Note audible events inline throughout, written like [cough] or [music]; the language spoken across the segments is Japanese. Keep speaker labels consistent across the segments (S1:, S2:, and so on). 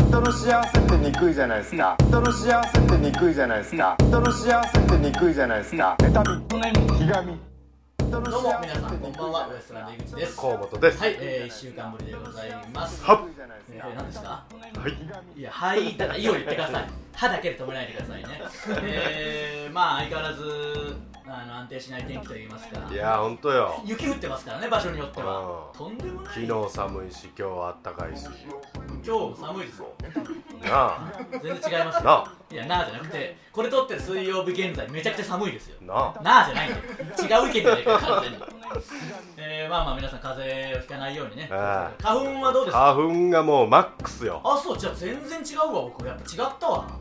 S1: 人の幸せってにくいじゃないですか人の幸せってにくいじゃないですか人の幸せってにくいじゃないですか妬みひがみどう
S2: どうも皆さんこんばんはウエストランド井口です
S3: 河本です
S2: はい、えー、1週間ぶりでございます
S3: はっ
S2: えー、何ですか
S3: はい
S2: いや、はいだから、いいよ言ってください。歯だけで止めないでくださいね。えー、まあ、相変わらず、あの、安定しない天気と言いますか
S3: い。やーほんとよ
S2: 雪降ってますからね、場所によっては。
S3: うん
S2: とんでもない。
S3: 昨日寒いし今日はあったかいし
S2: 今日も寒いですよ。
S3: なあ
S2: 全然違いますよ。
S3: ない
S2: や、なあじゃなくて、これ撮ってる水曜日現在、めちゃくちゃ寒いですよ。
S3: あなあ
S2: なあじゃないんだよ。違う意見じゃないから、完全に。えー、まあまあ、皆さん、風邪をひかないようにね。
S3: あ
S2: 花粉はどうですか
S3: 花粉がもうマックスよ
S2: あ、そう、じゃあ全然違うわ、僕。やっぱ違ったわ。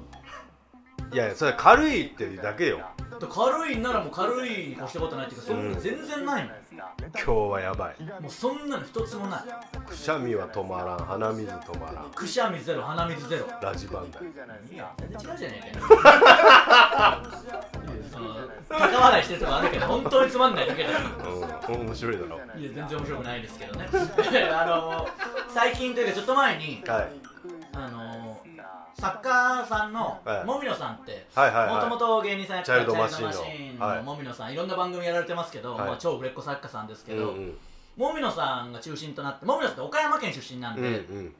S3: いやいやそれ軽いってだけよ
S2: だから軽いんならもう軽いに越したことないっていうかそんなの全然ないの、
S3: 今日はやばい
S2: もうそんなの一つもない
S3: くしゃみは止まらん鼻水止まらん
S2: くしゃみゼロ鼻水ゼロ
S3: ラジバンだよ
S2: いや全然違うじゃねえかよいやその高笑いしてるとこあるけど本当につまんないだけだよ
S3: うん面白いだろ
S2: いや全然面白くないですけどね [laughs] あの最近というかちょっと前に
S3: はい
S2: あの作家さんの
S3: はい
S2: もみのさんって
S3: はいはい
S2: もとも
S3: は
S2: と芸人さんやって
S3: チャイルドマシンの
S2: チャイルドマ
S3: は
S2: シ
S3: い
S2: ンのもみのさん、い、ろんな番組やられてますけど、
S3: はい
S2: まあ、超売れっ子作家さんです
S3: い
S2: け
S3: うん
S2: ど、
S3: うん
S2: もみのさんが中心となってもみのさんって岡山県出身なん
S3: う
S2: で、
S3: んうん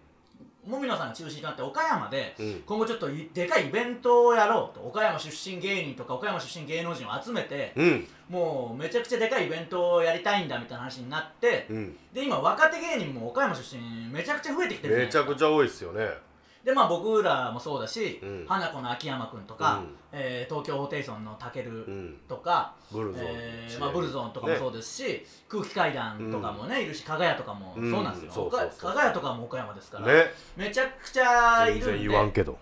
S2: もみのさんが中心となって岡山で、
S3: うん
S2: 今後ちょっといでかいイベントをやろうと岡山出身芸人とか岡山出身芸能人を集めて、
S3: うん
S2: もうめちゃくちゃでかいイベントをやりたいんだみたいな話になって、
S3: うん
S2: で今若手芸人も岡山出身めちゃくちゃ増えてきてるじゃない
S3: め
S2: で
S3: ち
S2: す
S3: ゃ
S2: か
S3: くちゃ多いっすよね
S2: でまあ僕らもそうだし、
S3: うん
S2: 花子の秋山君とか、
S3: うん
S2: えー東京ホテイソンのたけ
S3: う
S2: る
S3: ん
S2: とか、
S3: ブルゾン
S2: えーまあ、ブルゾンとかもそうですし、空気階段とかもね、いるし加賀屋とかも
S3: うん
S2: そうなんですよ、
S3: そうそうそう
S2: 加賀屋とかも岡山ですから、
S3: ね
S2: めちゃくちゃい
S3: 全
S2: る
S3: 然
S2: ん
S3: 言わん
S2: で
S3: けど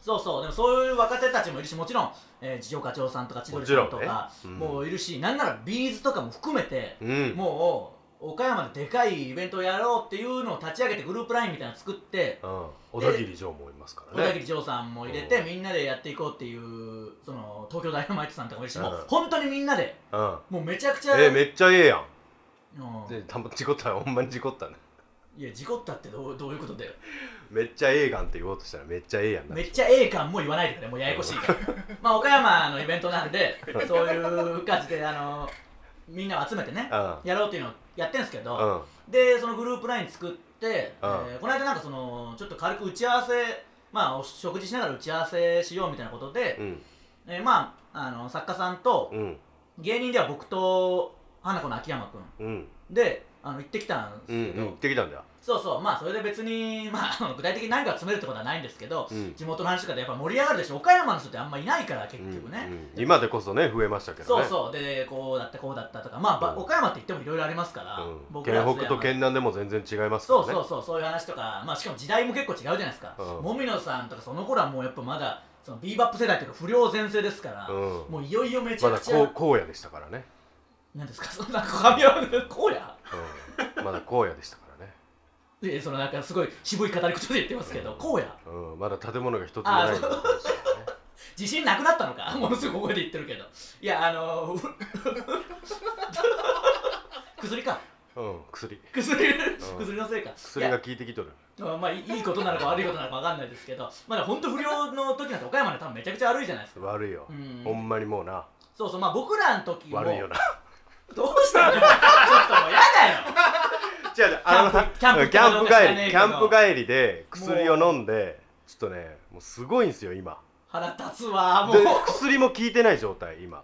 S2: そうそうでもそういう若手たちもいるしもちろん、えー、次長課長さんとか千鳥さんとか
S3: もちろんねうん
S2: もういるし、なんならビーズとかも含めて、
S3: うん
S2: もう岡山ででかいイベントをやろうっていうのを立ち上げてグループラインみたいなの作って
S3: うん小田切城もいますから
S2: 小
S3: ね
S2: 田切丈さんも入れて、
S3: うん
S2: みんなでやっていこうっていうその東京ダイナマイトさんとかもいるし、も
S3: う
S2: うん本当にみんなで
S3: うん
S2: もうめちゃくちゃ、
S3: えーめっちゃええやん
S2: うん
S3: でたま事故ったらほんまに事故ったね
S2: いや事故ったってどうどういうことだよ
S3: めっちゃええがんって言おうとしたらめっちゃええやんな
S2: めっちゃええ感も言わないでくれもうややこしい
S3: [laughs]
S2: からまあ岡山のイベントなんでそういう感じであのみんなを集めてね
S3: う
S2: やろうっていうのをやってんですけ
S3: んう
S2: ど、
S3: ん
S2: でそのグループライン作って、えー
S3: う
S2: この間なんかそのちょっと軽く打ち合わせまあお食事しながら打ち合わせしようみたいなことで、
S3: うん
S2: えーまああの作家さんと
S3: うん
S2: 芸人では僕と花子の秋山君
S3: うん
S2: であの行ってきたんです
S3: う
S2: け
S3: ん
S2: ど、
S3: 行ってきたんだよ
S2: そうそうまあそれで別にまああの具体的に何か詰めるってことはないんですけど、
S3: うん
S2: 地元の話とかでやっぱ盛り上がるでしょ岡山の人ってあんまいないから結局ね、
S3: うんうん今でこそね増えましたけど
S2: そう
S3: ね
S2: そうでこうだったこうだったとかまあば、
S3: うん
S2: 岡山って言ってもいろいろありますから、
S3: うん
S2: 僕ら
S3: 県
S2: は
S3: 北と県南でも全然違いますから
S2: そう
S3: ね
S2: そうそうそういう話とかまあしかも時代も結構違うじゃないですか、
S3: うん
S2: もみのさんとかその頃はもうやっぱまだそのビーバップ世代というか不良全盛ですから、
S3: うん
S2: もういよいよめち
S3: ま
S2: ゃ
S3: だ
S2: くちゃ、
S3: こう荒野でしたからね
S2: なんですかそんな髪はこうや
S3: うんまだ荒野でしたからね
S2: えそのなんかすごい渋い語り口で言ってますけど、こうや
S3: うんまだ建物が一つもないんだからね
S2: 自信なくなったのか [laughs] ものすごい声で言ってるけどいやあの [laughs] ー、薬か
S3: うん薬
S2: 薬薬のせいか
S3: 薬が効いてきとる
S2: いやまあいいいいことなのか悪いことなのか分かんないですけどまあ本当不良の時なんて岡山で多分めちゃくちゃ悪いじゃないですか
S3: 悪いよ
S2: うん
S3: ほんまにもうな
S2: そうそうまあ僕らの時も
S3: 悪いよな
S2: どうしたの [laughs] ちょっともうやだよ
S3: 違う違うあの
S2: キャンプ
S3: キャンプ帰
S2: キャンプ
S3: りキャン
S2: か
S3: プ帰りで薬を飲んでちょっとねもうすごいんですよ今
S2: 腹立つわも
S3: で
S2: う
S3: 薬も効いてない状態今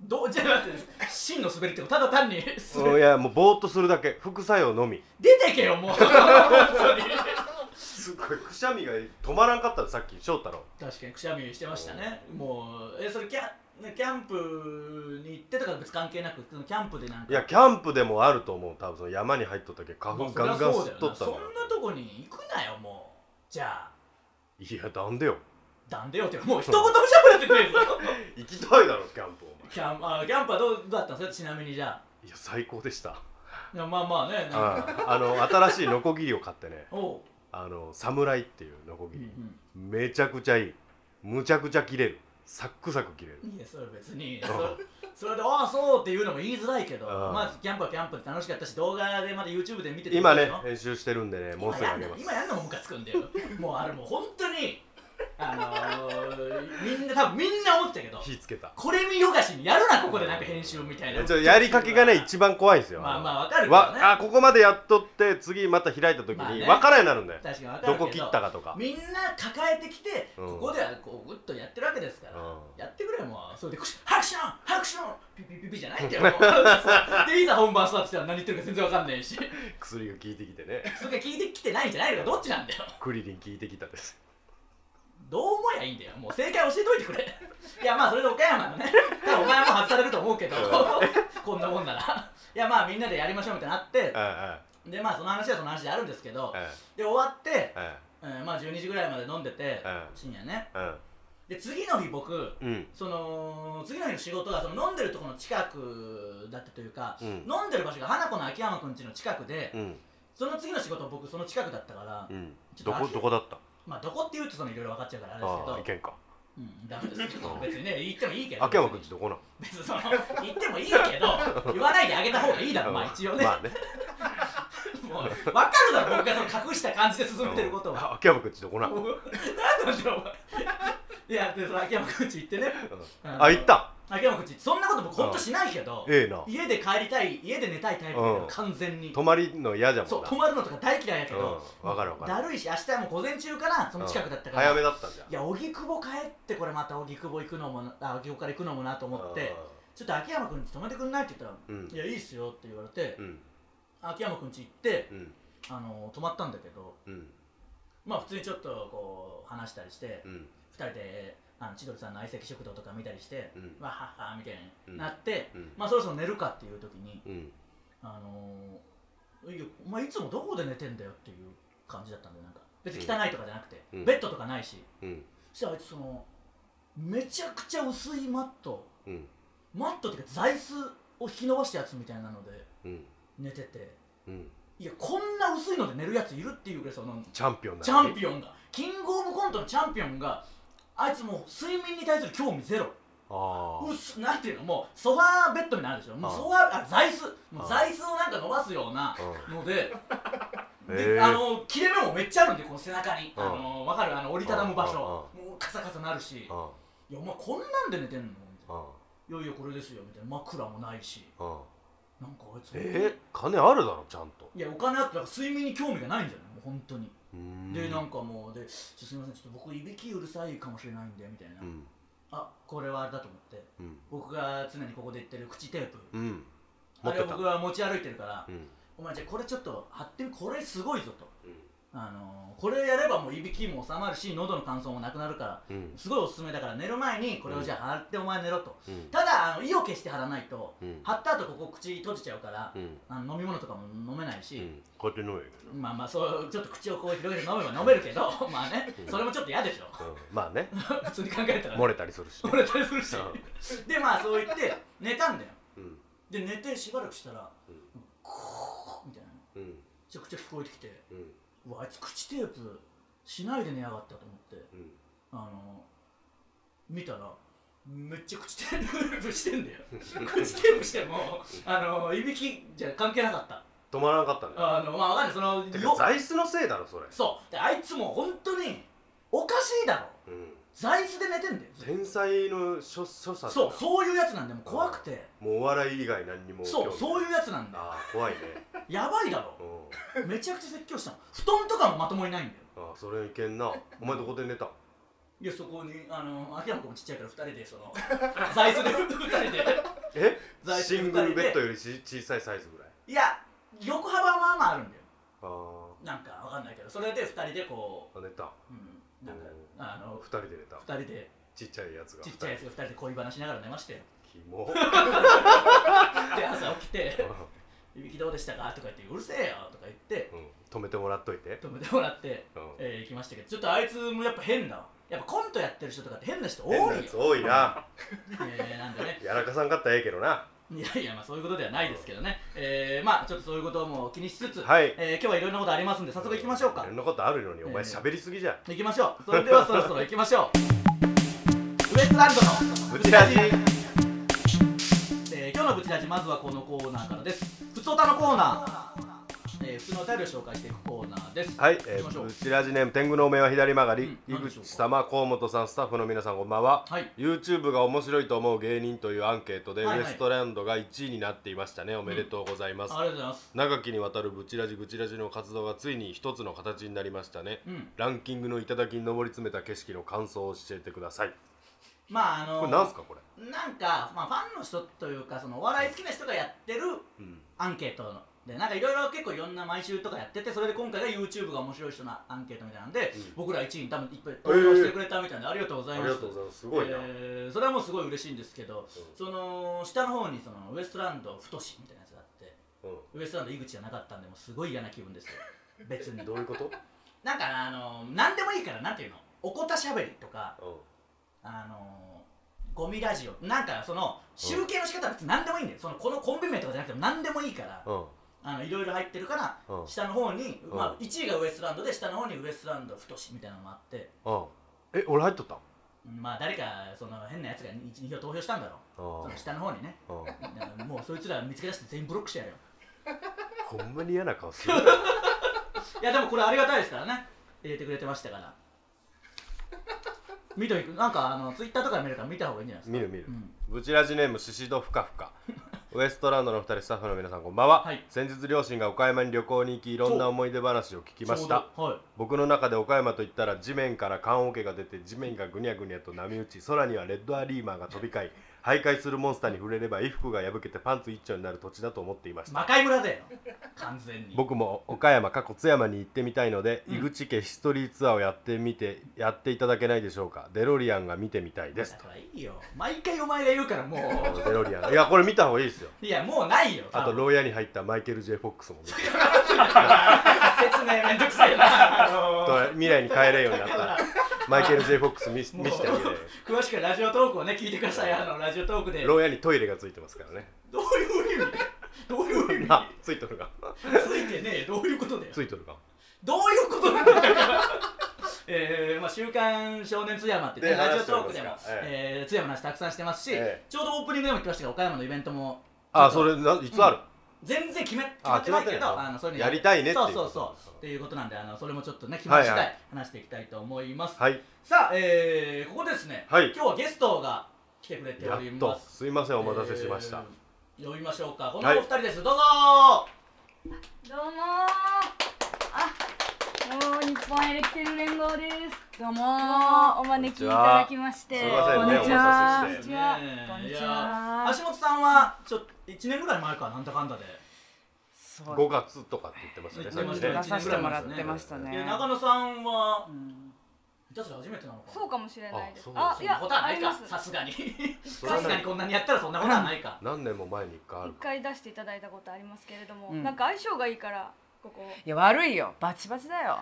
S2: どうじゃ [laughs] あ待って真の滑りってことただ単に滑
S3: うんいやもうぼーっとするだけ副作用のみ
S2: 出てけよもう [laughs] 本当に
S3: すごいくしゃみが止まらんかったのさっき翔太郎
S2: 確かにくしゃみしてましたねもうえそれキャキャンプに行ってとか別に関係なくそのキャンプでなんか
S3: いやキャンプでもあると思う多分その山に入っとったけど花粉ガンガン吸っとった
S2: そ
S3: の
S2: んなとこに行くなよもうじゃあ
S3: いやなんでよ
S2: なんでよってもう一言も喋ってく
S3: [laughs]
S2: れよ
S3: 行きたいだろキャンプお前
S2: キャンあキャンプはどうどうだったんですかちなみにじゃ
S3: いや最高でした
S2: あいやまあまあねなんか
S3: ああの新しいノコギリを買ってね
S2: おう、
S3: あの侍っていうノコ
S2: う
S3: ギリ、
S2: ん
S3: めちゃくちゃいいむちゃくちゃ切れるサックサク切れる
S2: うん、いやそれ別
S3: [laughs]
S2: にそそれで「ああそう」っていうのも言いづらいけど
S3: ああ
S2: まあキャンプはキャンプで楽しかったし動画でまた YouTube で見てて
S3: 今ね
S2: どうでしょ
S3: 編集してるんでねもう
S2: 今
S3: すぐ
S2: や
S3: あ
S2: ん
S3: げ
S2: の
S3: ます
S2: 今やんのもムカつくんだよもうあれもう本当にあのー、みんな多分みんな思ってたけど
S3: 火つけた
S2: これ見よがしにやるなここでなんか編集みたい
S3: い
S2: な
S3: やちょっとやりかけがね一番怖いんですよ
S2: まあまあわかるけどね
S3: わあここまでやっとって次また開いた時
S2: まあ
S3: に
S2: ね
S3: 分からんようになるんだよ
S2: 確かにわかる
S3: ど
S2: けど
S3: こ切ったかとか
S2: みんな抱えてきて、
S3: うん
S2: ここではこうグッとやってるわけですから、
S3: うん
S2: やってくれよもうそれでクシハクションハクションピピピピじゃないんだよ
S3: [laughs]
S2: もうでいざ本番スタートしたら何言ってるか全然わかんないし
S3: 薬が効いてきてね
S2: それが聞いてきてないんじゃないのかどっちなんだよ
S3: クリリン効いてきたです
S2: どう思えばいいんだよもう正解教えといてくれ [laughs] いやまあそれで岡山
S3: [laughs]
S2: のね多分岡山も外されると思うけどこんなもんなら [laughs] いやまあみんなでやりましょうみたいになって
S3: うんうんうん
S2: でまあその話はその話であるんですけどで終わって、
S3: う
S2: うん、まあ12時ぐらいまで飲んでて
S3: うん
S2: 深夜ね
S3: んうん
S2: で次の日僕
S3: うん
S2: その次の日の仕事がその飲んでるところの近くだったというか、
S3: うん
S2: 飲んでる場所が花子の秋山くん家の近くで、
S3: うん
S2: その次の仕事僕その近くだったから、
S3: うん
S2: ちょっと
S3: どこ
S2: 足
S3: どこだった
S2: まあどこって言うとそのいろいろ分かっちゃうからあれ
S3: ああい
S2: ですけど
S3: けんか
S2: うんダメですけど別にね言ってもいいけど
S3: 秋山君ちどこなん
S2: 別にその言ってもいいけど言わないであげた方がいいだろまあ一応ね,、 [laughs]
S3: まあね
S2: もう分かるだろ僕がその隠した感じで進めてることは、
S3: あ秋山君ちどこな
S2: も
S3: ん
S2: う何なんだよお前いやでその秋山くん家行ってね
S3: あ行った
S2: 秋山くん家そんなこと僕ほんとしないけど、
S3: ええな
S2: 家で帰りたい家で寝たいタイプだよ、
S3: うん
S2: 完全に
S3: 泊まりの嫌じゃも
S2: そ
S3: ん
S2: う
S3: な
S2: 泊まるのとか大嫌いやけど、
S3: うんわかるわかる
S2: だるいし明日も午前中からその近くだったから、
S3: 早めだったんじゃん
S2: いや荻窪帰ってこれまた荻窪行くのもなあ荻窪から行くのもなと思ってちょっと秋山君に泊めてくんないって言ったら「
S3: うん
S2: いやいいっすよ」って言われて、
S3: うん
S2: 秋山君家行って、
S3: うん
S2: あの泊まったんだけど
S3: うん
S2: まあ普通にちょっとこう話したりして、
S3: うん
S2: 二人であの千鳥さんの相席食堂とか見たりして、
S3: うん
S2: わはっはみたいになって、
S3: うん
S2: まあそろそろ寝るかっていう時に、
S3: うん
S2: あのー、いやお前いつもどこで寝てんだよっていう感じだったんだよなんか別に汚いとかじゃなくて、
S3: うん
S2: ベッドとかないし
S3: うん
S2: そしたらあいつそのめちゃくちゃ薄いマット
S3: うん
S2: マットっていうか座椅子を引き伸ばしたやつみたいなので
S3: うん
S2: 寝てて
S3: うん
S2: いやこんな薄いので寝るやついるっていうぐらいその
S3: チャンピオンだ
S2: チャンピオンがキングオブコントのチャンピオンがあいつもう睡眠に対する興味ゼロ
S3: ああ
S2: うっすなんていうのもうソファーベッドみたいなのあるでしょもうソファーあ座椅子もう
S3: あ
S2: 座椅子をなんか伸ばすようなの [laughs] で
S3: うん
S2: で、
S3: へえ
S2: あの切れ目もめっちゃあるんでこの背中に、
S3: うん
S2: あの分かるあの折りたたむ場所、
S3: う
S2: もうカサカサなるし、
S3: うん
S2: いやお前こんなんで寝てんのみた
S3: うん
S2: いないやいやこれですよみたいな枕もないし
S3: うん
S2: なんかあいつ
S3: えー金あるだろちゃんと
S2: いやお金あってなんか睡眠に興味がないんじゃないもう本当に、
S3: うーん
S2: でなんかもうで「ちょっとすみませんちょっと僕いびきうるさいかもしれないんで」みたいな、
S3: うん
S2: あこれはあれだと思って
S3: うん
S2: 僕が常にここで言ってる口テープ、
S3: うん持
S2: あ
S3: っ
S2: れ
S3: て
S2: を
S3: た
S2: 僕は持ち歩いてるから「
S3: うん
S2: お前じゃあこれちょっと貼ってみこれすごいぞ」と。
S3: うん
S2: あのこれやればもういびきも収まるし喉の乾燥もなくなるから
S3: うん
S2: すごいおすすめだから寝る前にこれをじゃあ貼ってお前寝ろと、
S3: うん
S2: ただあの意を決して貼らないと、
S3: うん
S2: 貼った後ここ口閉じちゃうから、
S3: うん
S2: あの飲み物とかも飲めないし、
S3: こうやって飲むよ
S2: まあまあそうちょっと口をこう広げて飲めば飲めるけど [laughs] まあねそれもちょっと嫌でしょ [laughs]
S3: うんまあね
S2: 普通に考えたら
S3: 漏れたりするしね
S2: 漏れたりするし
S3: う
S2: でまあそう言って寝たんだよ
S3: うん
S2: で寝てしばらくしたら
S3: うん
S2: みたいなめ
S3: うん
S2: ちゃくちゃ聞こえてきて
S3: うん
S2: うわあいつ口テープしないで寝やがったと思って
S3: うん
S2: あの見たらめっちゃ口テープして
S3: [laughs]
S2: んだよ口テープしてもあのいびきじゃ関係なかった
S3: 止まらなかったね
S2: あのまあわかんないその
S3: て
S2: よ
S3: か座椅子のせいだろそれ
S2: そうであいつも本当におかしいだろ
S3: うん
S2: 座椅子で寝てんだよ
S3: 天才の所所作だ
S2: そうそういうやつなんでもう怖くて
S3: もうお笑い以外何にも
S2: そうそう
S3: いう
S2: いうやつなん
S3: [laughs]
S2: だ
S3: ああ怖いね
S2: やばいだろ
S3: うん
S2: めちゃくちゃ説教したの布団とかもまともにないんだよ
S3: ああそれいけんなお前どこで寝た
S2: いやそこにあの秋山君もちっちゃいから2人でそ [laughs] の座椅子で2人で
S3: え
S2: 座椅子
S3: シ
S2: 二人で
S3: ングルベッドよりし小さいサイズぐらい
S2: いや横幅はまあまああるんだよ
S3: あ
S2: なんかわかんないけどそれで2人でこ
S3: あ寝た
S2: う、うん、なんか
S3: お
S2: あの
S3: 二人で寝た
S2: 2人で
S3: ちっちゃいやつが
S2: ちっちゃいやつが2人で恋話しながら寝ましたよ
S3: キモ
S2: [laughs] で朝起きて「いびきどうでしたか?」とか言って「うるせえよ」とか言って
S3: うん止めてもらっといて
S2: 止めてもらって、
S3: うん
S2: えー行きましたけどちょっとあいつもやっぱ変だわやっぱコントやってる人とかって変な人多い
S3: 変
S2: よ
S3: なやつ多いな
S2: えーなんでね
S3: やらかさんかったらええけどない
S2: やいやまあそういうことではないですけどね、えー、まあちょっとそういうことも気にしつつ、
S3: はい
S2: えー今日はいろんなことありますんで早速行きましょうか
S3: いろんなことあるのにお前
S2: ええ
S3: 喋りすぎじゃん
S2: 行きましょうそれではそろそろ行きましょうウエストランドの
S3: ぶちラジ
S2: えー今日のブチラジまずはこのコーナーからですふつおたのコーナーえー、普通のお便りを紹介していくコーナーです。
S3: はい、え
S2: 行きましょう
S3: ー、ブ。チラジネーム天狗のお面は左曲がり、
S2: うん
S3: 井口様河本さんスタッフの皆さんこんばんは、
S2: はい
S3: YouTube が面白いと思う芸人というアンケートで、
S2: はいはい
S3: ウエストランドが1位になっていましたねおめでとうございます、
S2: ありがとうございます。
S3: 長きにわたるブチラジブチラジの活動がついに一つの形になりましたね、
S2: うん。
S3: ランキングの頂に上り詰めた景色の感想を教えてください
S2: まああの
S3: これなんすかこれ、
S2: なんか、まあ、ファンの人というかそのお笑い好きな人がやってる
S3: うん
S2: アンケートのでなんかいろいろ結構いろんな毎週とかやっててそれで今回が YouTube が面白い人のアンケートみたいなんで、
S3: うん
S2: 僕ら1位に多分いっぱい投票してくれたみたいで、ありがとうござ
S3: あ
S2: い
S3: り
S2: ま
S3: が
S2: す
S3: とうございますすごいな、
S2: えーそれはもうすごい嬉しいんですけどその下の方にそのウエストランド太しみたいなやつがあって
S3: うんうん
S2: ウエストランド井口じゃなかったんでもうすごい嫌な気分ですよ別 [laughs] に
S3: どういうこと、
S2: なんかあの何でもいいからなんていうのおこたしゃべりとか
S3: うん
S2: あのゴミラジオなんかその集計の仕方は別に何でもいいんだよそのこのコンビ名とかじゃなくても何でもいいから
S3: うん
S2: あのいろいろ入ってるから
S3: うん
S2: 下の方に、
S3: うん
S2: まあ、1位がウエストランドで下の方にウエストランド太しみたいなのもあって
S3: うんえ俺入っとった
S2: まあ誰かその変なやつが2票投票したんだろ
S3: う
S2: うんその下の方にね
S3: うん
S2: だからもうそいつら見つけ出して全員ブロックしてやるよ
S3: ほんまに嫌な顔する
S2: いやでもこれありがたいですからね入れてくれてました
S3: [laughs]
S2: から見といくなんかあのツイッターとかで見るから見た方がいいんじゃないですか
S3: 見る見る
S2: うん
S3: ブチラジネームシシドフカフカ [laughs] ウエストランドのお二人スタッフの皆さんこんばんは、
S2: はい
S3: 先日両親が岡山に旅行に行きいろんな思い出話を聞きまし
S2: ちょ
S3: た
S2: うどはい
S3: 僕の中で岡山といったら地面から棺桶が出て地面がぐにゃぐにゃと波打ち空にはレッドアリーマーが飛び交い徘徊するモンスターに触れれば衣服が破けてパンツ一丁になる土地だと思っていました
S2: 魔界村だよ完全に
S3: 僕も岡山かこ津山に行ってみたいので、
S2: うん
S3: 井口家ヒストリーツアーをやってみてやっていただけないでしょうかデロリアンが見てみたいです
S2: だからいいよ毎回お前が言うからも
S3: [laughs]
S2: う
S3: デロリアンいやこれ見た方がいいですよ
S2: いやもうないよ
S3: あと
S2: 多分
S3: 牢屋に入ったマイケル・ J ・フォックスも
S4: [laughs]
S3: 見て
S2: [laughs] 説明めんどくさ
S3: [laughs]
S2: いなあの
S3: と未来に帰れんようにな
S4: [laughs]
S3: ったマイケル・ J ・フォックス見し
S2: もう
S3: 見してあげれ
S2: 詳しくはラジオトークをね聞いてくださいあのラジオトーク
S4: [laughs]
S2: でどう
S3: 牢屋にトイレがついてますからね
S2: いう
S3: [laughs]
S2: 意味どういう意味
S3: あついとるか
S2: ついてねえどういうことだよ
S3: ついとるか
S2: どういうことなんだよ [laughs] えーまあ、週刊少年津山って言って
S3: で
S2: ラジオトークでも、
S3: 話しておりますから
S2: えー津山の話たくさんしてますし、
S3: ええ
S2: ちょうどオープニングでも来ましたが岡山のイベントも
S3: あそれないつある、
S2: 全然決め決ま
S3: あ
S2: ってないけ
S3: 決まっ
S2: ど
S3: てない
S2: あのそういうの
S3: やりたいねっていう
S2: そうそう
S3: こ
S2: そ
S3: とです
S2: う
S3: か
S2: っていうことなんであのそれもちょっとね決まり次
S3: はい
S2: 第
S3: は
S2: 話していきたいと思います、
S3: はい
S2: さあ、えー、ここですね、
S3: はい
S2: 今日はゲストが来てくれて
S3: や
S2: おり
S3: っ
S2: ま
S3: と
S2: す
S3: すいませんお待たせしました、
S2: えー呼びましょうかこのお
S3: はい
S2: 二人です、どうぞ
S4: どうもーあ、もう日本エレキテル連合です。どうもーお招きいただきまして。
S3: こんにちはすいませんねお待たせして
S4: こんにちは。こ
S2: ねえ
S4: んに
S2: い
S4: ち
S2: や
S4: は。
S2: 橋本さんはちょっと1年ぐらい前かなんだかんだで
S4: そう
S3: 5月とかって言ってましたね
S2: 言ってましたね
S4: 出させてもらってました
S2: いや
S4: ね。
S2: 中野さんは
S4: うん
S2: ジャズが初めてなのか
S4: そうかもしれないです。
S3: あ
S4: あ、
S3: そ
S4: い
S2: そんな
S4: や
S2: ことは、な
S4: あ
S2: い
S4: り
S2: か
S4: ま
S2: さ
S4: す。
S2: すがに
S3: それは
S2: さ
S3: ね
S2: すがにこんなにやったらそんなことはないか
S3: 何年も前に一回ある
S4: 一回出していただいたことありますけれども、
S5: うん
S4: なんか相性がいいからここ。
S5: いや悪いよバチバチだよ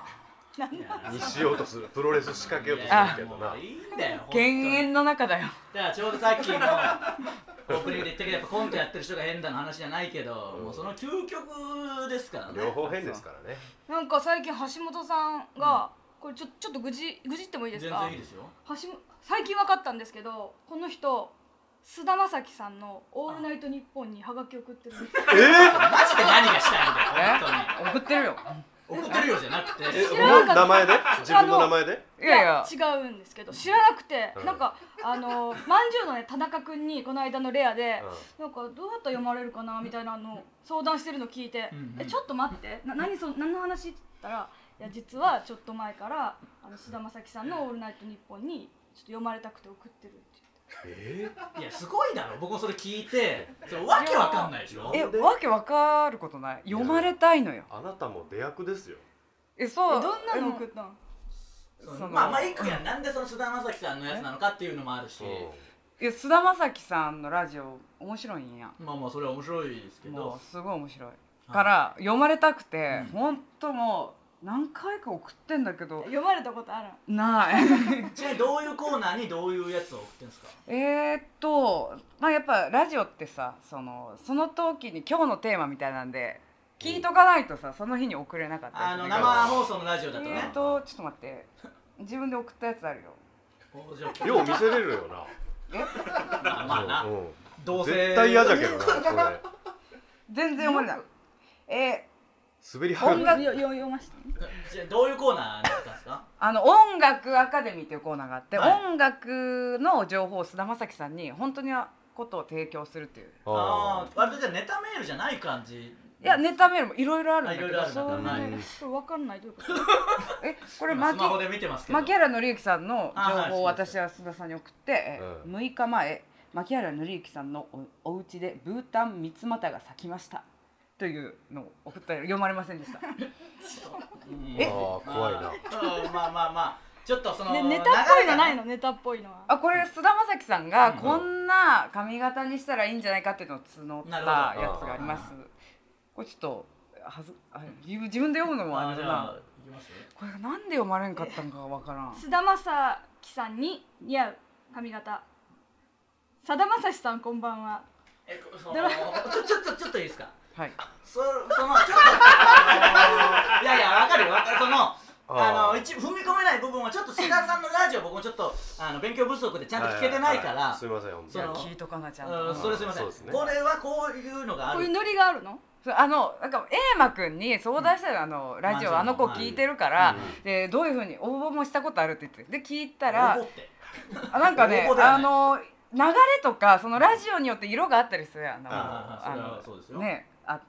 S3: にしようとするプロレス仕掛けようとす
S5: あ
S3: るけどない
S2: やもういいんだよ本当に
S5: 減塩の中だよ
S2: だからちょうどさっきのオープニングで言ったけどやっぱコントやってる人が変だの話じゃないけど、
S3: うん
S2: もうその究極ですからね
S3: 両方変ですからね
S4: なんか最近橋本さんが、これちょちょっと愚痴愚痴ってもいいで
S2: 全
S4: すか
S2: 然いい。ですよ
S4: 橋本最近分かったんですけどこの人菅田将暉さんの「オールナイトニッポン」にハガキ送ってるんです
S2: マジで何がしたいんだよ本
S5: 送ってるよ
S2: 当に怒ってるよじゃなくて
S3: え
S4: 知
S3: 僕
S4: ら
S3: の
S4: なかった
S3: 名前で自分の名前で
S5: いやいや
S4: 違うんですけど知らなくて、
S3: うん
S4: なんかあのまんじゅうのね田中君にこの間のレアで、なんかどうやったら読まれるかなみたいなのを相談してるの聞いて「
S2: うんうん
S4: えちょっと待ってな何そ何の話?」って言ったら「いや実はちょっと前からあの菅田将暉さんの「オールナイトニッポン」にちょっと読まれたくて送ってるって言って
S3: え
S2: いやすごいだろ僕もそれ聞いてそれわけわかんないでしょ
S5: えわけわかることない読まれたいのよ
S3: あなたも出役ですよ
S5: えそう
S4: えどんなの送
S5: え
S4: ったの
S2: その
S5: その
S2: まあまあいくやんなんでその菅田将暉さんのやつなのかっていうのもあるし
S5: いや菅田将暉さんのラジオ面白いんや
S2: まあまあそれは面白いですけど
S5: もうすごい面白い
S2: い
S5: から読まれたくて
S2: うん
S5: 本当もう何回か送ってんだけど
S4: 読まれたことある
S5: ない [laughs]
S2: ちなみにどういうコーナーにどういうやつを送ってんですか
S5: えーっとまあやっぱラジオってさそのその時に今日のテーマみたいなんで聞いとかないとさその日に送れなかったりす
S2: あ
S5: る
S2: の
S5: から
S2: 生放送のラジオだと
S5: えーっ
S2: ね
S5: とちょっと待って自分で送ったやつあるよ
S2: 工場
S3: うんよう見せれるよな
S2: まあまあな
S3: うん
S2: どうせ
S3: 絶対嫌じゃけどなこれ
S5: 全然読まれないえー
S3: 滑りは
S5: 音
S3: ぐ
S5: 楽
S4: よよ読ました
S2: じゃあどういうコーナーだったんですか
S5: あの音楽アカデミーっていうコーナーがあって、
S2: はい
S5: 音楽の情報を菅田将暉さんに本当にことを提供するっていう
S2: ああー割とじゃあネタメールじゃない感じ
S5: いやネタメールもいろいろあるんだけ
S2: あいろいろあ
S5: ど
S2: るんだ
S5: そ
S2: は
S5: ういう
S2: い
S4: ねこれ分かんないどういうこと
S5: えこ
S2: こ
S5: れ
S2: ス
S5: マキ
S2: マホで見てますけど
S5: 牧原紀之さんの情報を
S2: あはいそうです
S5: 私は須田さんに送って、
S3: う
S5: 6日前牧原紀之さんのおお家でブータン三つ股が咲きましたというのを送ったら読まれませんでした
S2: うん
S3: えあー怖いな
S2: うんまあまあまあちょっとその、
S4: ねネタっぽいのない
S2: の
S4: のネタっぽいのは
S5: あこれ菅田将暉さんが
S2: うん
S5: こんな髪型にしたらいいんじゃないかっていうのを募った
S2: なる
S5: や
S3: ほ
S5: つ
S3: ど
S5: があります
S2: う
S5: これちょっとはずあ自分自分で読むのもあ
S2: あ
S5: れ
S2: じ
S5: だ
S2: ゃあ
S5: ない
S2: きます
S5: これがなんで読まれんかったのかわからん
S4: 須田将暉さんに似合う髪型さだまさしさんこんばんは
S2: えそのちょちょっとちょっといいですか
S5: はい
S2: そそのちょっとあのいやいやわかるよわかるそのあの
S3: ー
S2: 一踏み込めない部分はちょっと志田さんのラジオ僕もちょっとあの勉強不足でちゃんと聞けてないか
S3: はは
S2: ら
S3: はすいません本
S5: じ
S3: 当
S5: ゃ
S2: そ
S5: あ
S2: の
S5: 聞いとかなちゃん
S2: うんそれすみません
S3: そうですね
S2: これはこういうのがあ
S4: こういう
S2: る
S4: ノリがあるの
S5: そうあのなんかエイマくんに相談したの、あのラジオ
S2: まあ
S5: あの子
S2: そう
S5: 聞いてるから、
S3: う
S5: でどういうふうに応募もしたことあるって言ってで聞いた
S2: 怒
S5: ら
S2: って
S5: あなんかね
S2: 応募ではな
S5: あ
S2: い
S5: の流れとかそのラジオによって色があったりするやん
S3: あ
S2: ー
S5: あ
S2: それ
S5: の
S2: はそうですよ
S5: ねあ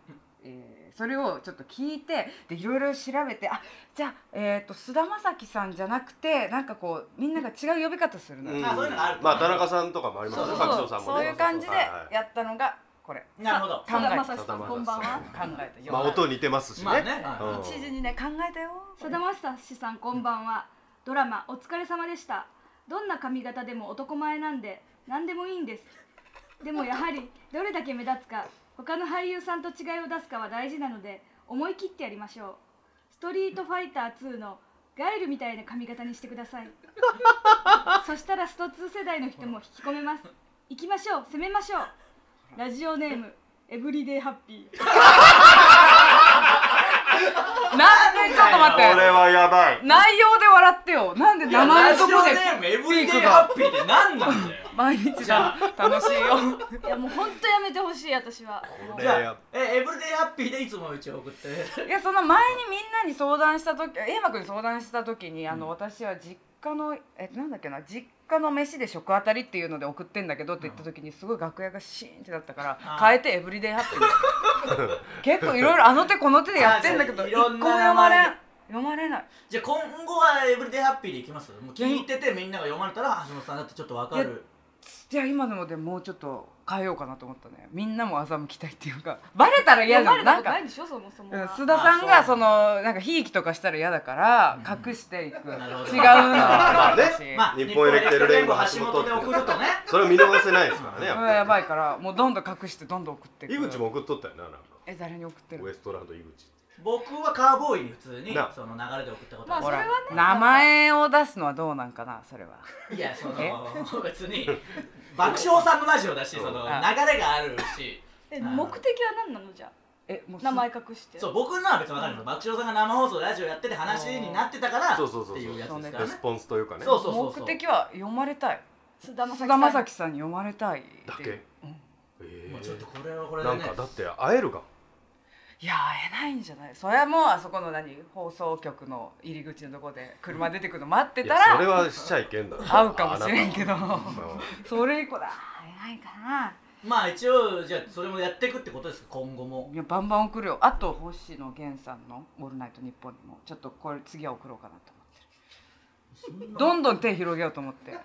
S5: えーそれをちょっと聞いてでいろいろ調べてあじゃあ、えー、と須田将暉さんじゃなくてなんかこうみんなが違う呼び方するのよ、
S3: ん
S2: あそういうのがある
S3: まあ田中さんとかもあります
S5: そう
S3: よ
S5: そ
S3: ね
S5: う
S3: 爆
S5: そ
S3: 笑さん
S5: う
S3: もね
S5: そういう感じで
S3: はいはい
S5: やったのがこれ
S2: なるほど
S5: 考
S4: さ
S5: え
S4: だ
S5: て
S4: まさしさんこんばんは
S5: 考えて
S3: まあ音似てますしね
S2: まあね
S3: うん
S5: 一時にね考えたよ
S4: さだまさしさんこんばんはドラマお疲れ様でしたどんな髪型でも男前なんで何でもいいんですでもやはりどれだけ目立つか他の俳優さんと違いを出すかは大事なので思い切ってやりましょうストリートファイター2のガエルみたいな髪型にしてくださ [laughs] いそしたらスト2世代の人も引き込めます行きましょう攻めましょうラジオネームエブリデイハッピー
S5: なんでちょっと待
S3: こ
S5: って
S3: れはやばい
S5: 内容で笑ってよなんで
S2: いや
S5: 名前のとこ
S2: ラジオネームエブリ
S5: でピ
S2: デ
S5: ー
S2: イ
S5: クが
S2: ハッピーって何なんだよ
S5: 毎日だ楽しいよ
S4: いやもうほんとやめてほしい私はもう
S2: じ
S3: いや
S2: ゃ
S3: いや
S2: あえエブリデイハッピーでいつもうちを送って
S5: いやその前にみんなに相談した時エイマ君に相談した時にあの、
S2: うん
S5: 私は実家のえなんだっけな実家の飯で食あたりっていうので送ってんだけどって言った時にすごい楽屋がシーンってなったから
S2: あー
S5: 変えてエブリデイハッピーに結構いろいろあの手この手でやってんだけ
S2: あ
S5: ど
S2: ー
S5: 一
S2: じゃあ
S5: 個
S2: いろん
S5: も
S2: な
S5: 読まれん
S2: 名前で
S5: 読まれない
S2: じゃあ今後はエブリデイハッピーでいきますもう聞いててみんなが読まれたら橋本さんだってちょっとわかる
S5: じゃあ今のもでもうちょっと変えようかなと思ったねみんなも欺きたいっていうかバレたら嫌
S4: 読
S5: じゃ
S4: まれた
S5: んな
S4: こと
S5: んか
S4: ないんでしょそもそも
S5: うん
S4: は
S5: 須田さんが
S2: あそ
S5: そうのなんかひいきとかしたら嫌だから隠していく違うの
S2: なるほど
S3: まあね
S5: 私
S2: まあ
S3: 日本エレクテル連合
S2: 日本エレクテル連合橋本で送るとね
S3: それを見逃せないですからね
S5: そ
S3: や
S5: れ
S3: っ
S5: はや
S3: ぱ
S5: ばいからもうどんどん隠してどんどん送ってい
S3: り
S5: く
S3: 井口も送っとったよななんか
S5: え誰に送って
S3: ウエ
S5: る
S3: ストランド井口
S2: 僕はカーボーイに普通に
S3: な
S2: その流れで送ったこと
S4: まあ
S5: ほ
S2: あ
S5: ら
S4: それはね
S5: 名前を出すのはどうなんかなそれは
S2: るいやそ
S5: え
S2: の別に爆笑さんのラジオだしその流
S5: あ
S2: れがあるし
S4: え目的は何なのじゃ
S5: えもうす
S4: 名前隠して
S2: そう僕のは別に分かるの爆笑さんが生放送ラジオやってて話になってたから
S3: そうそう
S2: っ
S3: そうそう
S2: ていうやつですか
S3: レ
S2: ら
S3: ス
S2: ね
S3: ポンスというかね
S2: そうそうそうそう
S5: 目的は読まれたい
S4: 須田まさ
S5: 菅
S4: きさん
S5: 田将暉さんに読まれたいって
S3: だ
S5: い
S3: け
S5: ううん
S3: え
S2: もうちょっと
S3: ー
S2: これはこれで
S3: なん
S2: ね
S3: かだって会えるが
S5: いや会えないんじゃないそれはもうあそこの何放送局の入り口のとこで車出てくるの待って
S3: い
S5: た
S3: やそれ
S5: ら
S3: はしちゃいけんだろ
S5: 会うかもしれんけど
S3: あなたは
S5: それ以降だ会えないかな
S2: まあ一応じゃあそれもやっていくってことですか今後
S3: [laughs]
S2: も
S5: いやバンバン送るよあと星野源さんの「オールナイトニッポン」にもちょっとこれ次は送ろうかなと思ってるどんどん手広げようと思って
S3: うんあー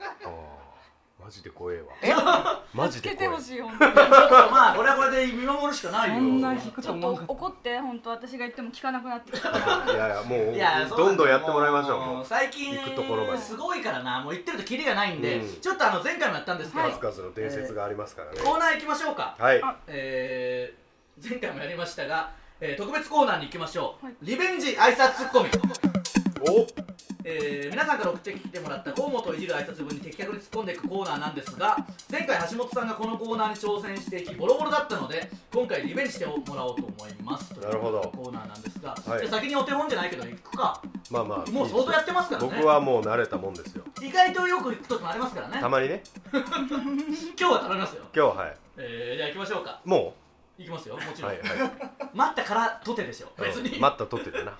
S3: マジで怖えわ
S5: え
S3: [laughs] マジ
S4: つけ
S3: で
S4: て
S3: 怖
S4: ほ
S3: え
S4: しい本当に
S2: ちょっとまあこれはこれで見守るしかないよ
S5: そんな引く
S4: ち
S5: と
S4: ょっ
S5: 思
S4: と
S5: うかった
S4: 怒って本当私が言っても聞かなくなってきたから
S3: いやいやもう
S2: いやそう
S3: どんどんやってもらいましょう
S2: も
S3: も
S2: う
S3: う
S2: 最近
S3: 行くところまです
S2: ごいからなもう言ってるとキリがないんで、
S3: うん
S2: ちょっとあの前回もやったんですけど、コ
S3: 数々の伝説がありますからね
S2: ーナー行きましょうか、
S3: はい
S2: えー、前回もやりましたが、えー、特別コーナーに行きましょう、
S4: はい
S2: リベンジ挨拶ツッコミ、
S3: お
S2: えー、皆さんから送ってきてもらった河本をいじる挨拶文に的確に突っ込んでいくコーナーなんですが前回橋本さんがこのコーナーに挑戦していきボロボロだったので今回リベンジしてもらおうと思います
S3: なるほど
S2: コーナーなんですが、
S3: はい
S2: じゃあ先にお手本じゃないけど行くか
S3: まあまあ
S2: もう相当やってますからね
S3: 僕はもう慣れたもんですよ
S2: 意外とよく行くときもありますからね
S3: たまにね
S2: 今日は頼みますよ、
S3: 今日ははい
S2: えー、じゃあ行きましょうか
S3: も
S2: いきますよもちろん、
S3: はいは
S2: 待ったからとてですよ [laughs]
S3: い
S2: 別に、
S3: うん待ったとってだな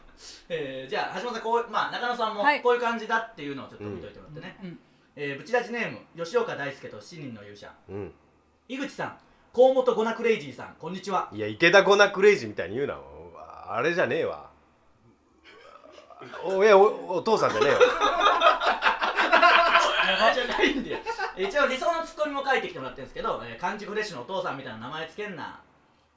S2: えーじゃあ橋本さんこう、まあ、中野さんも
S4: はい
S2: こういう感じだっていうのをちょっと見といてもらってね、
S5: うんうん
S2: えーぶち出しネーム吉岡大輔と七人の勇者
S3: うん
S2: 井口さん河本ゴナクレイジーさんこんにちはい
S3: や池田ゴナクレイジーみたいに言うなおあれじゃねえわおいやおお父さんじゃねえわ
S2: じゃないんで [laughs] 一応理想のツッコミも書いてきてもらってるんですけど、えー、漢字フレッシュのお父さんみたいな名前つけんな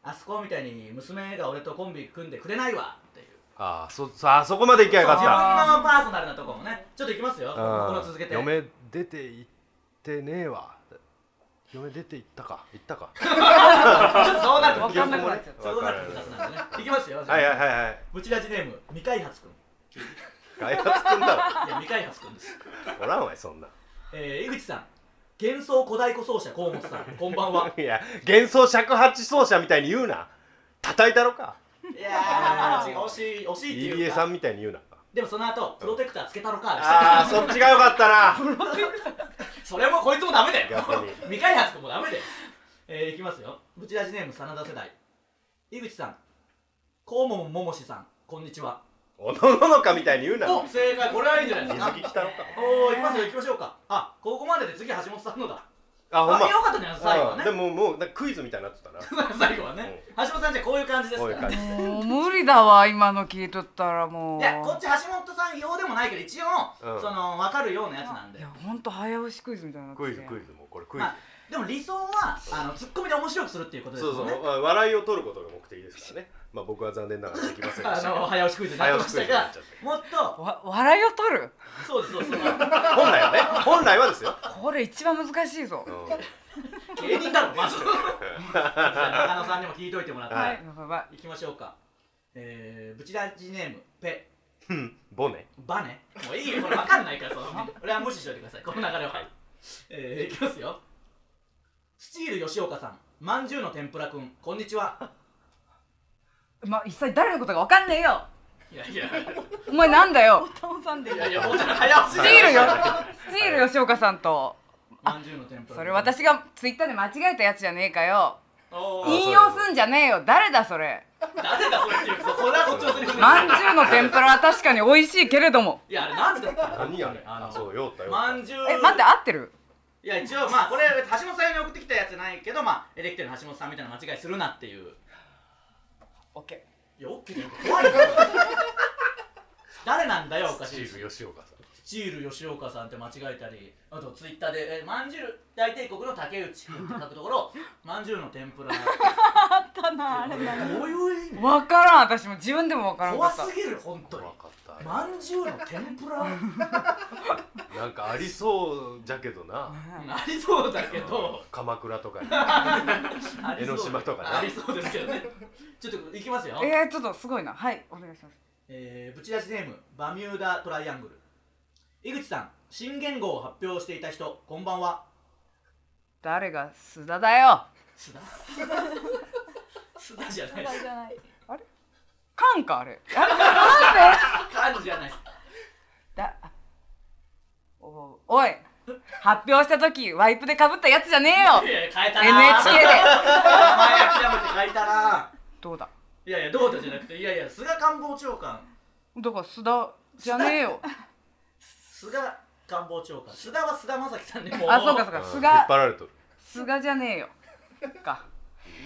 S2: あそこみたいに娘が俺とコンビ組んでくれないわっていう
S3: あーそさあそこまで行きゃよか
S2: 自分
S3: っ
S2: のパーソナルなとこもねちょっといきますよこ
S3: た
S2: の続けて
S3: 嫁出て行ってねえわ嫁出て行ったか行ったか
S2: ちょっとそうなると
S5: わかんなくなっちゃった
S2: そうなると複雑なんでねいきますよ
S3: はいはいはいはい
S2: ブチラジネーム未開発くん
S3: 開発くんだ
S2: いや未開発くんです、
S3: ろおらんわいそんな
S2: えー、井口さん幻想古代古奏者河本さんこんばんはい
S3: や幻想尺八奏者みたいに言うな叩いたろか
S2: いやー惜しい惜しいってい
S3: 入江
S2: う
S3: さ
S2: か
S3: んみたいに言うな
S2: でもその後プロテクターつけたろかでした
S3: ああそっちがよかったな
S2: [laughs] それもこいつもダメだよ
S3: 逆に
S2: [laughs] 未開発君もダメだよえー、いきますよブチラジネーム真田世代井口さん黄門桃志さんこんにちは
S3: おのののかみたいに言うな
S2: お正解これはいいんじゃないです
S3: 水
S2: か
S3: 木たろか
S2: おおいきますよ行きましょうかあここまでで次橋本さんのだ
S3: あ
S2: あ
S3: ほんま
S2: よかったんじゃない最後は
S3: う
S2: ね
S3: ん
S2: [laughs]
S3: でももうなんかクイズみたいになってたな
S2: 最後はね橋本さんじゃあこういう感じです
S3: こ
S2: か
S3: うい
S2: ら
S3: う感じで
S5: もう無理だわ今の聞いとったらもう
S2: いやこっち橋本さん用でもないけど一応、
S3: うん
S2: その分かるようなやつなんで
S5: いやほんと早押しクイズみたいになって
S3: ク
S5: て
S3: イズクイズもうこれクイズ
S2: まあでも理想はあのツッコミで面白くするっていうことです
S3: そうそ
S2: よ
S3: う
S2: ね
S3: まあ笑いを取ることが目的ですからねまあ僕は残念ながらできませんで
S2: あ
S3: したけど
S2: の早押しクイズになってました
S3: 早
S2: が
S3: 押しクイズ
S2: もっと
S5: わ笑いを取る
S2: そうですそうです
S3: 本来はね本来はですよ
S5: これ一番難しいぞ
S3: うん
S2: 芸人だろ [laughs] まずじゃあ中野さんにも聞いといてもらって、
S3: はい
S2: い、
S5: やば
S2: きましょうかえー、ブチラジネームペ
S3: うんボネ
S2: バネもういいよこれ分かんないからその俺は無視しておいてくださいこの流れは、 [laughs] えー、いきますよスチール吉岡さんまんじゅうの天ぷらくんこんにちはい
S5: まあ一切誰のことかわかんねえよ
S2: いやいや
S5: お前なんだよ
S4: タモさんで
S2: いやいやもうちょっと早押し
S5: スチ
S2: [laughs]
S5: ールよスチール吉岡さんと
S2: まんじゅうの天ぷらくん
S5: それ私がツイッターで間違えたやつじゃねえかよ
S2: おー
S5: 引用すんじゃねえよ誰だそれ
S2: 誰だそれっていうそそれはこっちのセリフです
S5: まんじゅうの天ぷらは確かに美味しいけれども
S2: いやあれなんでだった
S3: 何やねん
S2: あの
S3: そうよったよ
S2: まんじゅう
S5: え待って合ってる
S2: いや一応まあこれ橋本さんに送ってきたやつじゃないけどまあエレキテルの橋本さんみたいな間違いするなっていう
S5: オッケ
S2: いやオッケーじゃん怖いよ誰なんだよおかしい
S3: チーム吉岡さん
S2: スチール吉岡さんって間違えたりあとツイッターで「えまんじゅう大帝国の竹内君」って書くところ「まんじゅうの天ぷら」
S4: あったなあれな
S2: どういう意
S5: ー
S2: 味
S5: 分からん私も自分でも分からんか
S2: 怖
S5: った
S2: すぎる本当に
S3: 怖かったよ
S2: まんじゅうの天ぷら
S3: なんかありそうじゃけどな
S2: ありそうだけど
S3: 鎌倉とかに
S2: ありそう
S3: 江ノ島とかね
S2: ありそうですけどねちょっといきますよ
S5: えー、ちょっとすごいなはいお願いします
S2: えー、ぶち出しネームバミューダトライアングル井口さん新元号を発表していた人こんばんは
S5: 誰が須田だよ
S2: 須田 [laughs] 須田じゃない
S4: じゃない
S5: カンかあれあれ
S2: 漢字じゃない
S5: だあおおい発表した時ワイプでかぶったやつじゃねえ
S2: い
S5: よ
S2: やいや変えたな
S5: NHK
S2: お
S5: で
S2: 前諦めて変えたな
S5: どうだ
S2: いやいやどうだじゃなくていやいや菅官房長官
S5: だから須田じゃねえよ
S2: 菅官房長官須田は菅田将暉さんでも
S5: あそうか
S3: うん
S5: そうか
S3: 引っ
S5: 菅
S3: 張られとる
S5: 菅じゃねえよか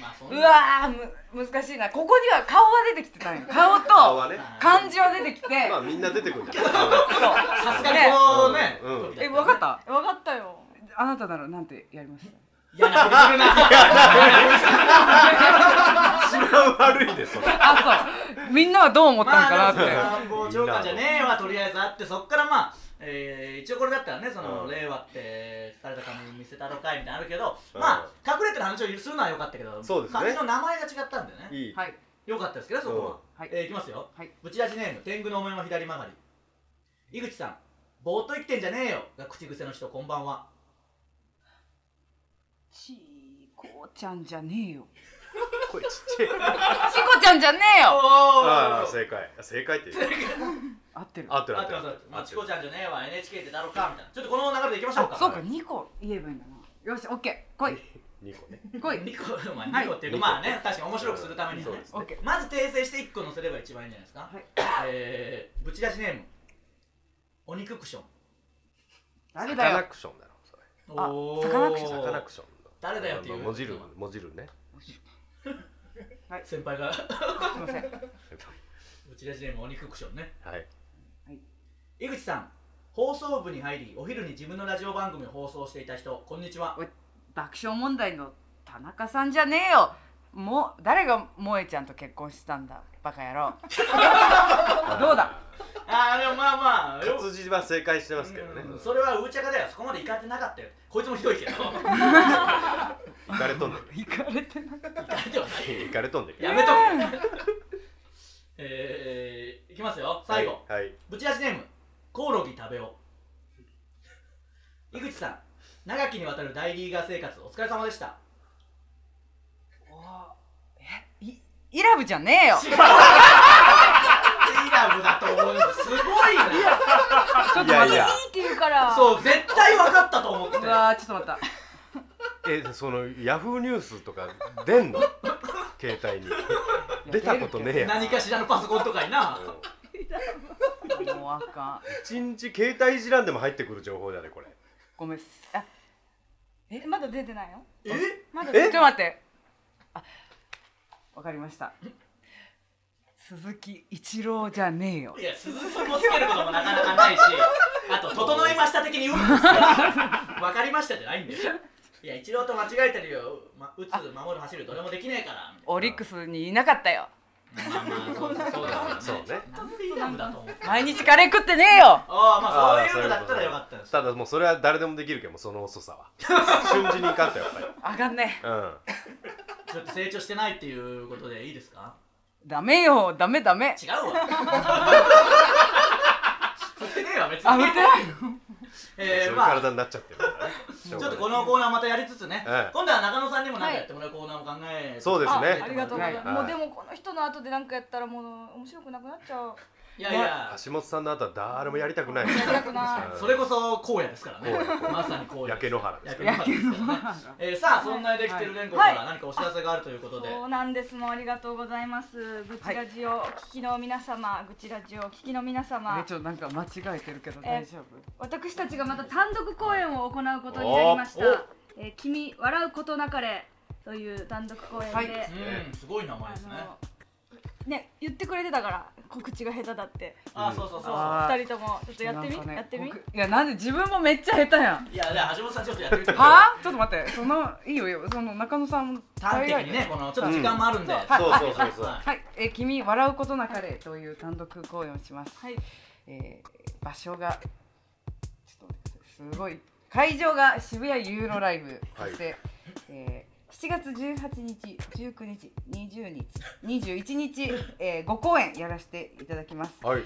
S2: まあそん
S5: う
S2: な
S5: わーむ難しいなここには顔が出てきてたんよ顔
S3: 顔は
S5: と
S3: ね
S5: 漢字は出てきて
S3: まあみんな出てくるんじゃない
S5: そう
S2: さすがにこうね
S3: うんうん
S2: 時だ
S5: え
S2: らね
S5: 分かった
S4: わかったよ
S5: あなたならなんてやりまし
S2: 嫌なことするな
S5: [laughs]
S3: 一番悪いでそれ
S5: たあそうみんなはどう思ったのかなって、
S2: まあでも官房長官じゃねえわとりあえずあってそっからまあ、えー一応これだったらねその、
S3: うん
S2: 令和って誰だかに見せたろかいみたいなのあるけど、
S3: うん
S2: まあ隠れてる話を許するのは良かったけど
S3: そうですね
S2: 漢字の名前が違ったんでね
S3: いい
S5: はい
S2: 良かったですけどそこは、
S5: はい
S2: えーいきますよ、
S5: はい
S2: ぶち出しネーム天狗のお面の左曲がり井口さんぼーっと生きてんじゃねえよが口癖の人こんばんは
S5: ちーこちゃんじゃねえよ
S3: 声ちっちゃい
S5: ちこちゃんじゃねえよ
S3: ああ
S2: おー
S3: 正解正解って言う
S5: 合ってる
S3: 合ってる合
S2: あ
S3: っ
S2: ってて
S3: る
S2: ますま
S3: 合
S2: あ
S3: って
S2: チ
S3: る
S2: コちゃんじゃねえわ NHK ってだろかみたいなちょっとこの流れでいきましょうか [laughs]
S5: そうか2個言えばいいんだなよしオッケー来い
S3: 2個ね
S5: 来い
S2: 2個まあ
S5: はい
S2: 2個っていうか、まあね確かに面白くするためにはね
S5: オッケー
S2: まず訂正して1個載せれば一番いいんじゃないですか、
S5: はい
S2: えー、ぶち出しネームお肉クション
S5: 誰だ
S3: 魚
S5: よ
S3: クションだろそれ
S5: あ
S2: おー
S5: サカナクショ
S3: 魚クションの
S2: 誰だよっていう
S3: もじるもじるね
S2: 先輩が [laughs]
S5: すいません
S2: ぶち出しネームお肉クションね
S3: はい
S2: 井口さん放送部に入りお昼に自分のラジオ番組を放送していた人こんにちは
S5: 爆笑問題の田中さんじゃねえよもう誰が萌えちゃんと結婚したんだバカ
S2: [laughs]
S5: 野郎どうだ
S2: ああでもまあまあよ
S3: 活字は正解してますけどね
S2: うんそれはうーちゃかだよそこまでいかれてなかったよこいつもひどいけどいか
S3: 行かれとんね
S5: 行かれてなかった
S2: れてはない
S3: [laughs] ん行かれ [laughs] とんね
S2: [laughs]
S3: ん
S2: やめとけえー、いきますよ最後、
S3: はいはい
S2: ぶち出しネームコオロギ食べよう井口さん長きにわたる大リーガー生活お疲れ様でした
S5: いイラブじゃねえよ
S2: 違うイラブだと思うすごいな
S3: やいやいや
S4: いいって言うから
S2: そう絶対分かったと思って
S5: うわーちょっと待っ
S3: えそのヤフーニュースとか出んの携帯
S2: [laughs]
S3: に
S5: や
S3: 出たことねえや
S2: 何かしらのパソコンとかにな
S5: たもうあかん
S3: 一日携帯いじらんでも入ってくる情報だねこれ
S5: ごめんすあ
S4: えまだ出てないの
S2: え
S4: まだ
S5: ちょっと待ってあわかりました鈴木一郎じゃねえよ
S2: いや鈴木もつけることもなかなかないしあと「整いました」的に言うんですよ分かりましたじゃないんですよいや一郎と間違えてるよ、ま、打つ守る走るどれもできねえからみたいな
S5: オリックスにいなかったよ
S2: まあまあそうですよね。
S3: そうね
S2: なんでイラブだと思って。
S5: 毎日カレー食ってねえよ
S2: ああまあ
S3: ー
S2: そういうのだったらよかったんです。
S3: ただもうそれは誰でもできるけどもその遅さ
S2: [laughs]
S3: は瞬時にいかんとやっぱり
S5: あかんね
S3: う
S2: ちょっと成長してないっていうことでいいですか？
S5: ダメよダメダ [laughs] メ
S2: 違うわ。振ってねえわ別に。
S5: あ振ってない。
S3: ん、
S2: え
S3: そうい
S2: ー
S3: う
S2: まあ
S3: 体になっちゃってるからねし
S2: ち
S3: ょ
S2: ょ
S3: う
S2: っ
S3: がない
S2: とこのコーナーまたやりつつね
S3: ええ。
S2: 今度は中野さんにも何かやってもらうコーナーも考えて。
S3: そうですね
S4: あありがとうございます、
S3: はい
S4: もうでもこの人の後で何かやったらもう面白くなくなっちゃう
S2: いやいや。
S3: 橋本さんの後は誰もやりたくない
S4: やりたくない
S3: うん
S2: それこそ荒野ですからね
S3: 荒野。
S2: まさに荒野。
S3: 焼け野原です
S2: 焼
S3: け
S2: け
S3: ど
S2: 野原ですからね。えーさあそんなできてる連合から何かお知らせがあるということで。
S4: そうなんですもうありがとうございます愚痴ラジオお聞きの皆様、愚痴ラジオお聞きの皆
S5: え
S4: 様
S5: ちょっとなんか間違えてるけど大丈夫
S4: 私たちがまた単独公演を行うことになりました
S2: お
S4: 「えー君笑うことなかれ」という単独公演で、
S5: はい
S2: うんすごい名前
S4: あ
S2: ですね。
S4: のね言ってくれてたから告知が下手だって
S2: あそうそうそうそう。
S5: あ
S4: 二人ともちょっとやってみ、
S5: なんかね
S4: やってみ
S5: 僕いやなんで自分もめっちゃ下手や [laughs] ん
S2: いや、じゃあ橋本さんちょっとやってみてくださ
S5: はあちょっと待ってそのいいよいいよその中野さんも
S2: い。端的にね、このちょっと時間もあるんで。
S5: うん
S3: そうそうそうそう
S2: はい
S5: はい、えー君笑うことなかれという単独公演をします。
S4: はい
S5: えー場所がちょっと待ってくださいすごい会場が渋谷ユーロライブ、
S3: はい
S5: そして、えー7月18日、19日、20日、21日、え5公演やらせていただきます。
S3: はい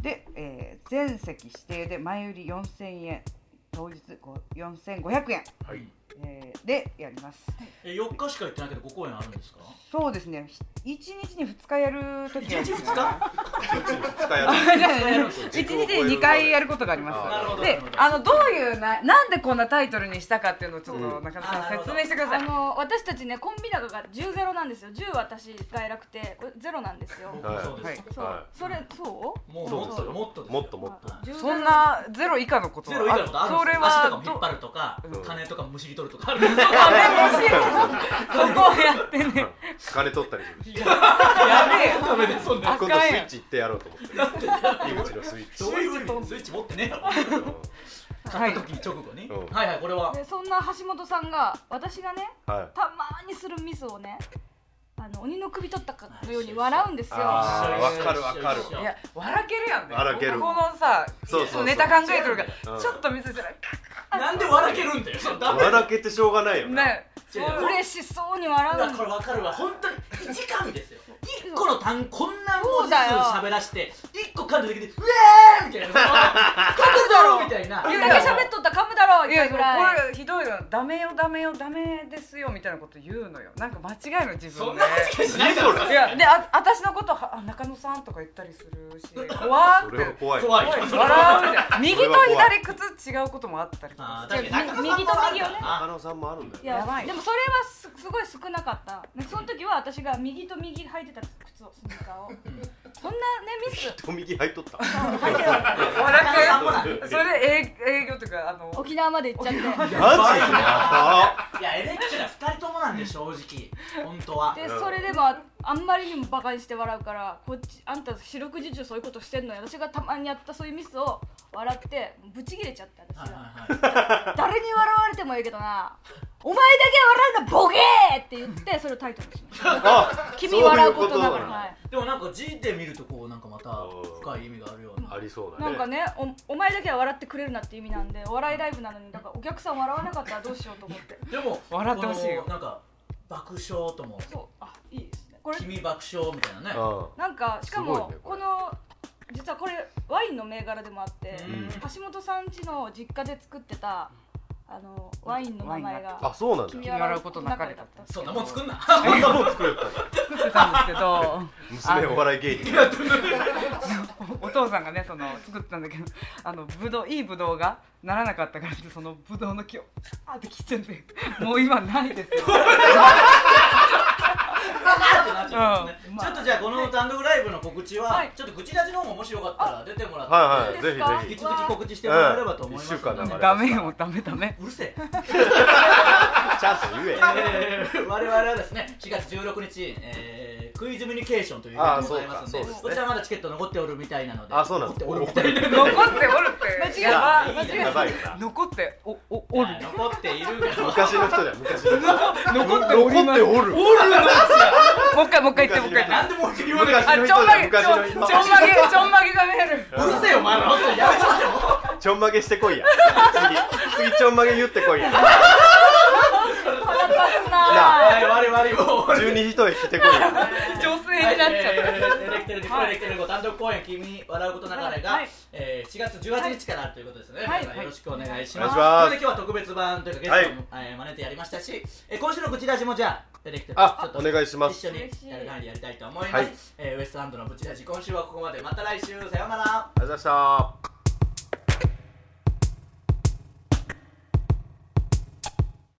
S5: で、えー全席指定で前売り4000円、当日ご4500円、
S2: はい
S5: えーでやります。
S2: え、4日しか行ってないけど、5公演あるんですか
S5: そうですね、1日に2日やるときはですね、
S2: 1日2日
S3: 使いやすい
S5: じゃ [laughs] あね一日で二回やることがあります。
S3: なる
S2: ほどな
S5: で
S2: るほ、ど
S5: あのどういうななんでこんなタイトルにしたかっていうのをちょっと
S3: うん
S5: 中野さ
S2: あ
S5: ん
S2: ー
S5: 説明してくださ
S4: あ
S5: い。
S4: の私たちねコンビ仲が10ゼロなんですよ10私が偉くてこれゼロなんですよ
S2: 僕もそうです。
S4: そう、
S3: は
S4: それそう
S2: もう
S3: そう
S2: も
S3: で
S2: っ
S3: す
S2: と
S3: よ
S2: もっとです
S3: も
S2: よ
S3: っともっと
S4: 10ゼロ
S5: そんなゼロ以下のこと
S2: ゼロ以外のことあるん
S5: そ
S2: で
S5: れ
S2: すよ。足とか
S5: は
S2: も
S5: ど
S2: 引っ張るとか
S3: うん、
S2: 金とかもむしり取るとかあるんですよ。
S5: ダメもしそこをやってね。
S3: 金取ったりするし
S5: やべえよ。
S2: ダメですそんな
S5: あ
S3: 今
S5: かん
S3: 度
S5: やん
S3: スイッチ行ってやろうと思ってる井口のス
S2: [laughs]
S3: イッチ
S2: どういう意味スイッチ持ってねえよ。
S5: は
S2: 買っ
S5: い
S2: た。時直後に。
S3: うん
S2: はいはい、これは。
S4: でそんな橋本さんが私がね
S3: は
S4: たまにするミスをねあの鬼の首取ったかのように笑うんですよ
S3: あーわかるわかる
S2: 一緒一緒
S5: [laughs] いや笑けるやんね。
S3: 笑ける
S5: このさ、
S3: そうそう
S5: いつ
S3: そう
S5: もネタ考えてるから、
S3: うん
S5: ちょっと見せたら
S2: なんで笑けるんだよ。
S3: い
S2: ダメだよ
S3: 笑けてしょうがないよね
S5: ね、
S2: 違
S5: そうう
S2: 違う
S4: 嬉しそうに笑
S2: う
S4: う
S2: わ
S4: ん
S2: これわかるわ本当に一紙ですよ一個の単こんな文字数喋らして一個噛んだ時に「うえー!」みたいな「その噛んでるだろ!」みたいな
S4: 言うだけ喋っとったら噛むだろかっ
S5: い
S4: た
S5: や
S4: ぐ
S5: こ
S4: らい
S5: れひどいよダメよダメよダメですよみたいなこと言うのよなんか間違いの自
S2: [laughs]
S5: 分で
S2: そんな間違いしないだろ
S5: いやであ私のことはあ中野さんとか言ったりするし怖ー
S3: そ
S5: っ
S3: れは
S5: て
S3: 怖い
S2: 怖い
S5: 笑う
S2: そ
S5: じ
S2: れは
S5: ゃん右と左靴違うこともあったりと
S2: あ
S5: か
S2: ー確かに中
S4: 右
S2: 野
S4: と
S2: さん
S4: 右よね
S3: 中野さんもあるんだ
S4: い
S3: よ
S4: や
S5: やばい
S4: でもそれはすすごい少なかったその時は私が右と右履いてた靴をスニーカーをそんなねミス
S3: 人右入っとった
S2: 中
S5: 笑
S2: 野さんもだ
S5: ってそれで営営業というかあの
S4: 沖縄まで行っちゃって
S3: マジや
S2: いやエレクチラ2人ともなんで正直本当は
S4: でそれでもああんまりにもバカにして笑うからこっちあんた四六時中そういうことしてんのに私がたまにやったそういうミスを笑ってブチギレちゃった
S2: はい
S4: 私
S2: はい
S4: が
S2: はい
S4: 誰に笑われてもいいけどなお前だけ笑うのボケーって言ってそれをタイトルにし
S3: [laughs]
S4: ました
S3: あ
S4: 君笑うことだ
S3: そう
S4: か
S3: いう
S4: ら
S3: こと
S4: はい
S2: でもなんか字で見るとこうなんかまた深い意味があるような
S3: ありそう
S4: な
S3: だ
S4: んか
S3: ね
S4: ねお、お前だけは笑ってくれるなって意味なんで、お笑いライブなのに、だからお客さん笑わなかったらどうしようと思って。
S2: でも
S5: 笑ってほしいよ
S2: このなんか爆笑とも
S4: そう、あ、いいですね。これ、
S2: 君爆笑みたいなね
S3: うん
S4: なんか、しか
S3: すご
S4: も、
S3: いねこ
S4: こ
S3: れ
S4: の、実はこれ、ワインの銘柄でもあって、
S2: うん
S4: 橋本さん家の実家で作ってた、あの、ワインの名前
S3: あ
S4: が、
S3: そうなんだ
S5: 君笑うことなかれ
S4: だ
S5: だ
S4: っ
S5: ったた
S4: んです
S2: そん
S4: けど
S2: なもん作んな
S3: そんなもん作れたの
S5: 作ってたんですけど
S3: 娘お笑い芸人
S5: お父さんがねその作ったんだけどあのブドウいいブドウがならなかったからってそのブドウの木をあーって切っちゃってもう今ないですよ
S2: ってなっちゃうんです
S5: うん
S2: ね [laughs] ちょっとじゃあこの単独ライブの告知は、
S4: はい
S2: ちょっと口立ちの方ももしよかったら出てもらって、
S3: はいはいい
S4: い
S3: ぜ
S4: ですか
S2: 引
S3: ひぜ
S2: き続き告知してもらえればと思います
S3: うん一週間だから
S5: ダメよダメダメ
S2: うるせえ
S3: ひチャンス言え
S2: えー我々はですね4月16日、えークイズミュニケーションというイベントございますので
S3: あーそうかそうですね
S2: こちらまだチケット残っておるみたいなので
S3: あそうなんです
S2: 残っておるみたいな
S5: 残っておるってやば
S2: 間違えた
S3: やばいな
S5: 残っておおおる
S2: 残っているが
S3: [laughs] 昔の人だよ昔の人
S5: 残っております
S3: 残っておる
S5: もう一回もう一回言ってもう一回言っ
S2: 何でもう一回言わない
S5: てあちょんまげちょんちょんまげちょんまげが見える
S2: うるせえよお前ら本当にやめちゃってよ
S3: ちょんまげしてこいや次次ちょんまげ言ってこいや
S4: 腹立
S3: な
S4: つな
S2: はい我々も
S3: 十二人へ来てこいや
S5: 女性になっちゃった
S2: エレクテルディスプレイエレクテル5単独公演「君笑うことながら」
S4: は
S2: が
S4: い
S2: えー4月18日からということですね
S4: はい
S2: 皆さんよろしくお願いし
S3: お願
S2: ま
S3: い
S2: す
S3: しま
S2: という
S3: す
S2: ことで今日は特別版というかゲストもえー招いてやりましたしえー今週の口出しもじゃあエレクテル
S3: あお願いしま
S2: 一
S3: す
S2: 緒にやる範囲でやりたいと思い
S3: は
S2: ま
S3: い
S2: すえーウエストランドのブチラジ今週はここまでまた来週さようなら
S3: ありがとうございました